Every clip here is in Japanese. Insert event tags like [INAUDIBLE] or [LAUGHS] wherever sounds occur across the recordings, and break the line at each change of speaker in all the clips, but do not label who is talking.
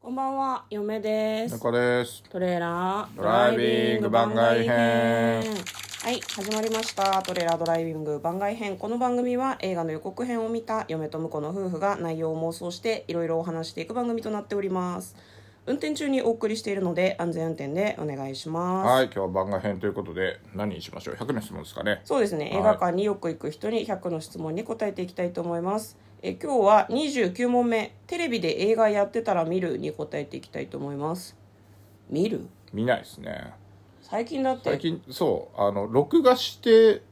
こんばんは、嫁です。
中です。
トレーラード
ドライビング番外編
はい、始まりました。トレーラードライビング番外編。この番組は映画の予告編を見た嫁と婿の夫婦が内容を妄想していろいろお話していく番組となっております。運転中にお送りしているので安全運転でお願いします。
はい、今日は番外編ということで、何にしましょう ?100 の質問ですかね。
そうですね、
はい
映画館によく行く人に100の質問に答えていきたいと思いますえ今日は29問目テレビで映画やってたら見るに答えていきたいと思います見る
見ないですね。
最近だって
最近、そう、あの、録画して、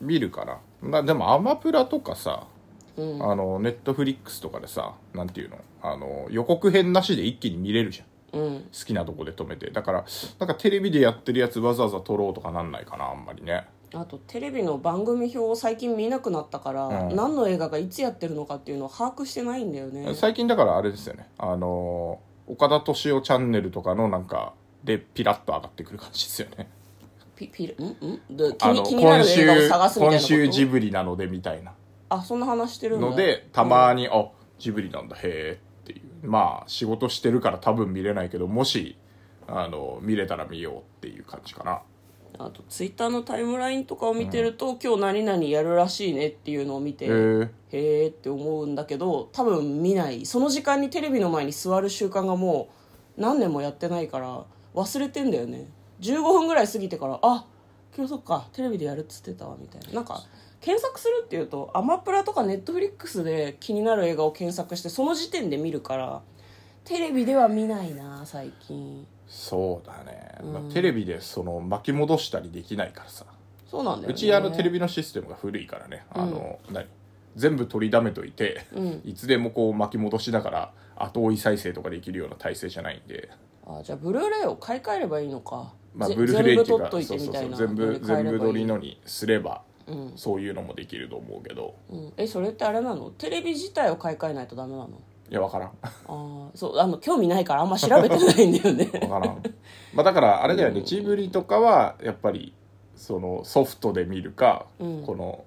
見るかな。まあ、でも、アマプラとかさ、あの、ネットフリックスとかでさ、なんていうのあの、予告編なしで一気に見れるじゃん。
うん
好きなとこで止めて。だから、なんかテレビでやってるやつわざわざ撮ろうとかなんないかな、あんまりね。
あとテレビの番組表を最近見なくなったから、
うん
何の映画がいつやってるのかっていうのを把握してないんだよね
最近だからあれですよね。あの、岡田敏夫チャンネルとかのなんか、で、ピラッと上がってくる感じですよね。
ピピんんで気
あ
に
の
気になる映画を探すみたいな
今
こと
週今週ジブリなのでみたいな
あそんな話してるんだ
のでたまに、あジブリなんだへえっていうまあ仕事してるから多分見れないけどもしあの見れたら見ようっていう感じかな
あとツイッターのタイムラインとかを見てると、今日何々やるらしいねっていうのを見て、
へえ
へえって思うんだけど多分見ないその時間にテレビの前に座る習慣がもう何年もやってないから忘れてんだよね15分ぐらい過ぎてからあ今日そっかテレビでやるっつってたわみたいななんか検索するっていうとアマプラとかネットフリックスで気になる映画を検索してその時点で見るからテレビでは見ないな最近
そうだね、まあテレビでその巻き戻したりできないからさ
そうなんだよね
うちあのテレビのシステムが古いからね、あの何全部取りだめといて、いつでもこう巻き戻しながら後追い再生とかできるような体制じゃないんで
あじゃあブルーレイを買い替えればいいのか、
まあ、
ぜ
ブルーフレイ
全部
っていう
取
か
っといてみたいな
全
の
部
に変え
全
ればい
部
い
撮りのにすれば、
ん
そういうのもできると思うけど
うん、えそれってあれなのテレビ自体を買い替えないとダメなの
いやわからん
ああそうあの興味ないからあんま調べてないんだよ
[LAUGHS]
ね
わからんまあだからあれだよね、ジブリとかはやっぱりそのソフトで見るか、
うん
この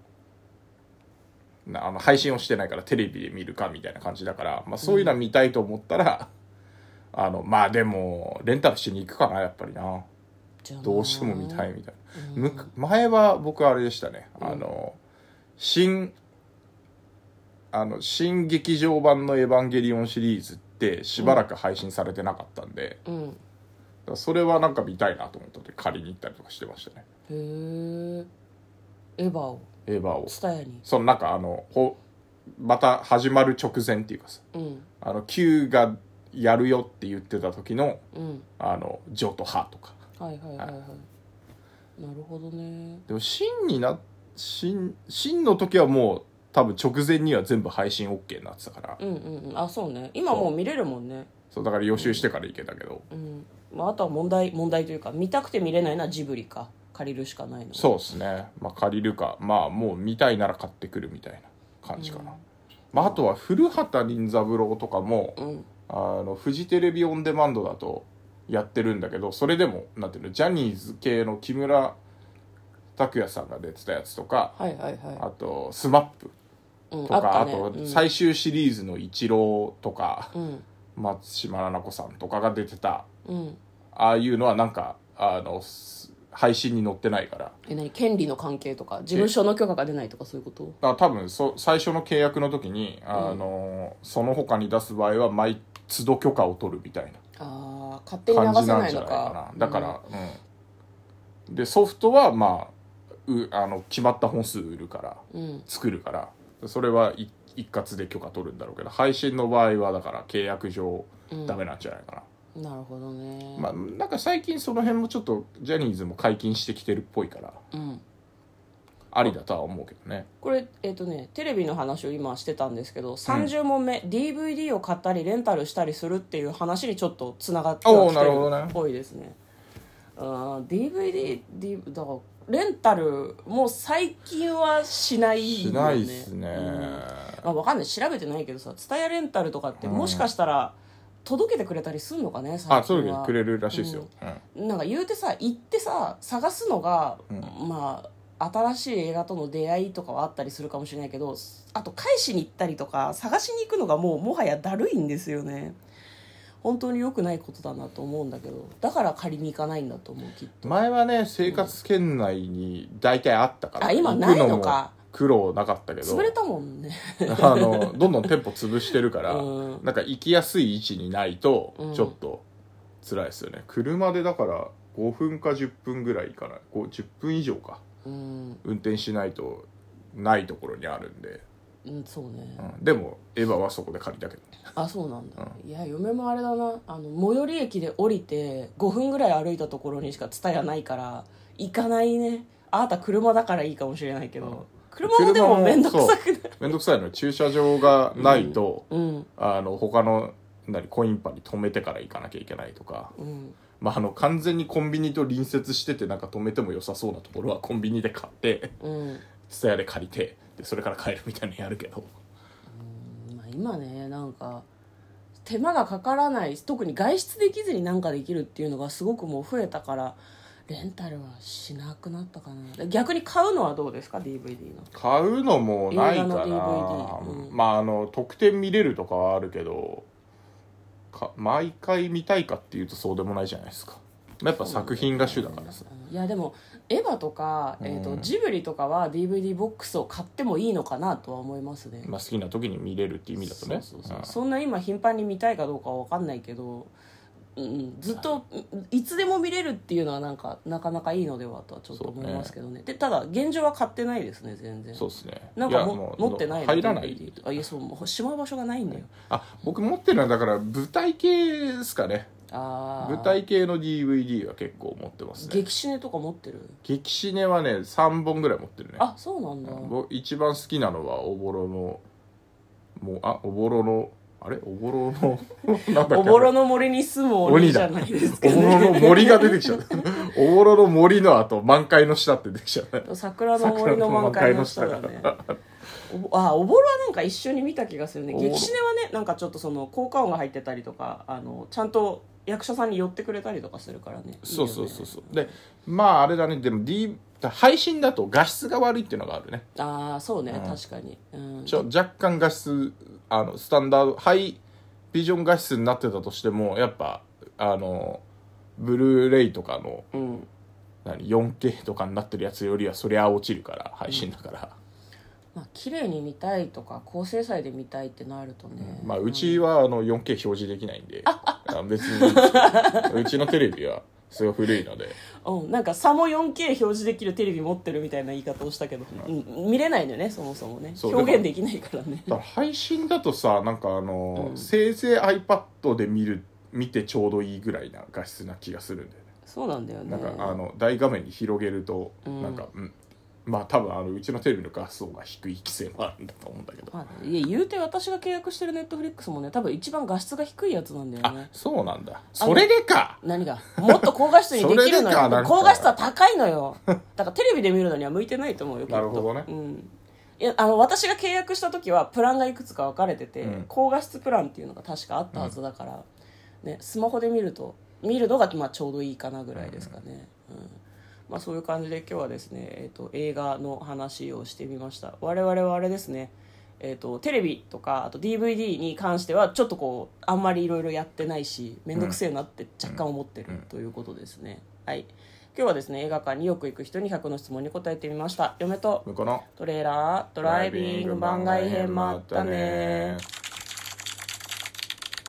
なあの配信をしてないからテレビで見るかみたいな感じだから、まあ、そういうのは見たいと思ったら、あのまあでもレンタルしに行くかなやっぱりなどうしても見たいみたいな、むく前は僕あれでしたね、あの新あの新劇場版の「エヴァンゲリオン」シリーズってしばらく配信されてなかったんで、だか
うん
らそれはなんか見たいなと思った時借りに行ったりとかしてましたね
へえエヴァを
エヴァを
ツタヤに
そのなんかあのほまた始まる直前っていうかさ
うん
あの Q がやるよって言ってた時の
うん
「あのジョ」と「ハ」とか
はいはいはいはいなるほどね
でも真にな真真の時はもう多分直前には全部配信 OK になってたから、
うんうんうんあそうね今もう見れるもんね
そうだから予習してから行けたけど、
うん、まあ、あとは問題問題というか見たくて見れないのはジブリか借りるしかないの
そうですねまあ借りるかまあもう見たいなら買ってくるみたいな感じかな、まあ、あとは古畑任三郎とかも、
ん
あのフジテレビオンデマンドだとやってるんだけどそれでもなんていうのジャニーズ系の木村拓哉さんが出てたやつとか
はいはいは
あと SMAP
い、うん、
とかあ,、
あったね
と最終シリーズのイチローとか、
うん
松島菜々子さんとかが出てた
うん、うん
ああいうのはなんかあのす配信に載ってないから
え何権利の関係とか事務所の許可が出ないとかそういうこと
あ多分そ最初の契約の時にあの、その他に出す場合は毎都度許可を取るみたい
ああ勝手
な
に流
感じ
さ
な
なんい
じゃ
の
ない
か
かなだから、うんでソフトはまあうあの決まった本数売るから
うん、うん
作るからそれはい一括で許可取るんだろうけど配信の場合はだから契約上ダメなんじゃないかな、
なるほどね、
まあ、なんか最近その辺もちょっとジャニーズも解禁してきてるっぽいから
うん、
ありだとは思うけどね
これえっ、とねテレビの話を今してたんですけど30問目、DVD を買ったりレンタルしたりするっていう話にちょっとつながってはきて
おーなるほど
る
ね
っぽいですねあー DVD、D、だからレンタルもう最近はしない
し
よね
ないっすね、
うんまあ、わかんない調べてないけどさ蔦屋レンタルとかってもしかしたら届けてくれたりするのかね、最近は
あそういう時くれるらしいですよ、うん
なんか言うてさ行ってさ探すのが、まあ新しい映画との出会いとかはあったりするかもしれないけどあと返しに行ったりとか探しに行くのがもうもはやだるいんですよね本当に良くないことだなと思うんだけどだから借りに行かないんだと思うきっと
前はね生活圏内に大体あったから、
あ今
行く
ないのか
も苦労なかったけど
潰れたもんね
あのどんどん店舗潰してるから、
[LAUGHS] うん
なんか行きやすい位置にないと
うん
ちょっと辛いですよね、車でだから5分か10分ぐらいかなこう10分以上か
うん、
運転しないとないところにあるんで、
うん、そうね
うん、でもエヴァはそこで借りたけど
あそうなんだ、いや嫁もあれだなあの最寄り駅で降りて5分ぐらい歩いたところにしか蔦屋ないから行かないねあなた車だからいいかもしれないけど、
うん
車もでも面倒くさくない
そう面倒くさいのは駐車場がないと、
うん
あの他の何コインパに止めてから行かなきゃいけないとか、
うん
まあ、あの完全にコンビニと隣接しててなんか止めても良さそうなところはコンビニで買って
うん
ツタヤで借りてでそれから帰るみたいなのやるけど
まあ、今ねなんか手間がかからない特に外出できずになんかできるっていうのがすごくもう増えたからレンタルはしなくなったかな逆に買うのはどうですか DVD の
買うのもないかな
映画の DVD うん
まああの特典見れるとかはあるけどか毎回見たいかっていうとそうでもないじゃないですかやっぱ作品が主だからさ
いやでもエヴァとか、えー、と
うん
ジブリとかは DVD ボックスを買ってもいいのかなとは思いますね、
まあ、好きな時に見れるっていう意味だとね
そうそうそうそんな今頻繁に見たいかどうかは分かんないけど、うん、ずっとうんいつでも見れるっていうのはなんかなかなかいいのではとはちょっと思いますけどねでただ現状は買ってないですね全然
うんそうですね
なん
い
か
や
も
もう
持ってないの
入らない
DVD あいやそうもうしまう場所がないんだよ
あ僕持ってるのはだから舞台系ですかね
ああ
舞台系の DVD は結構持ってますね
激死ねとか持ってる
激シネはね3本ぐらい持ってるね
あそうなんだ
僕一番好きなのはおぼろのもうあおぼろのあれおぼろの [LAUGHS] なんだっけ
おぼろの森に住む鬼じゃないですか
おぼろの
ね
森が出てきちゃった [LAUGHS] おぼろの森の後満開の下って出てきちゃった
桜の森の満開の下だねおぼあおぼろはなんか一緒に見た気がするね
おぼろ
激シネはねなんかちょっとその効果音が入ってたりとかあのちゃんと役者さんに寄ってくれたりとかするからね
そうそうそうそうでまああれだねでも、D、配信だと画質が悪いっていうのがあるね
ああーそうね、
うん
確かに、うん、
ちょ若干画質あのスタンダードハイビジョン画質になってたとしてもやっぱあのブルーレイとかの
うん、
何 4K とかになってるやつよりはそりゃ落ちるから配信だから、
まあ綺麗に見たいとか高精細で見たいってなるとね、
まあ
ん
うちはあの 4K 表示できないんであ別にうちのテレビはすごい古いので
うん、なんか差も 4K 表示できるテレビ持ってるみたいな言い方をしたけど、うん、見れないのよねそもそもね
そう
表現できないからね
だから配信だとさなんかあの、
うん
せいぜい iPad で見る見てちょうどいいぐらいな画質な気がするんだよね
そうなんだよね
なんかあの大画面に広げると
うん
なんか、うん、まあ多分あのうちのテレビの画素が低い規制もあるんだと思うんだけど、
まあ、いや言うて私が契約してるネットフリックスもね多分一番画質が低いやつなんだよ
あ
ね
そうなんだそれでか
何がもっと高画質に [LAUGHS] できるの
それでかな
よ
んか
高画質は高いのよだからテレビで見るのには向いてないと思うよきっと
なるほどね
うん、いやあの私が契約した時はプランがいくつか分かれてて、
うん
高画質プランっていうのが確かあったはずだから、ね、スマホで見ると見るのがまあちょうどいいかなぐらいですかね、うんまあ、そういう感じで今日はですね、えー、と映画の話をしてみました我々はあれですねえー、とテレビとかあと DVD に関してはちょっとこうあんまりいろいろやってないし面倒くせえなって若干思ってるということですね、はい今日はですね映画館によく行く人に100の質問に答えてみました嫁と
向こうの
トレーラードライビング番外編もあったね
ー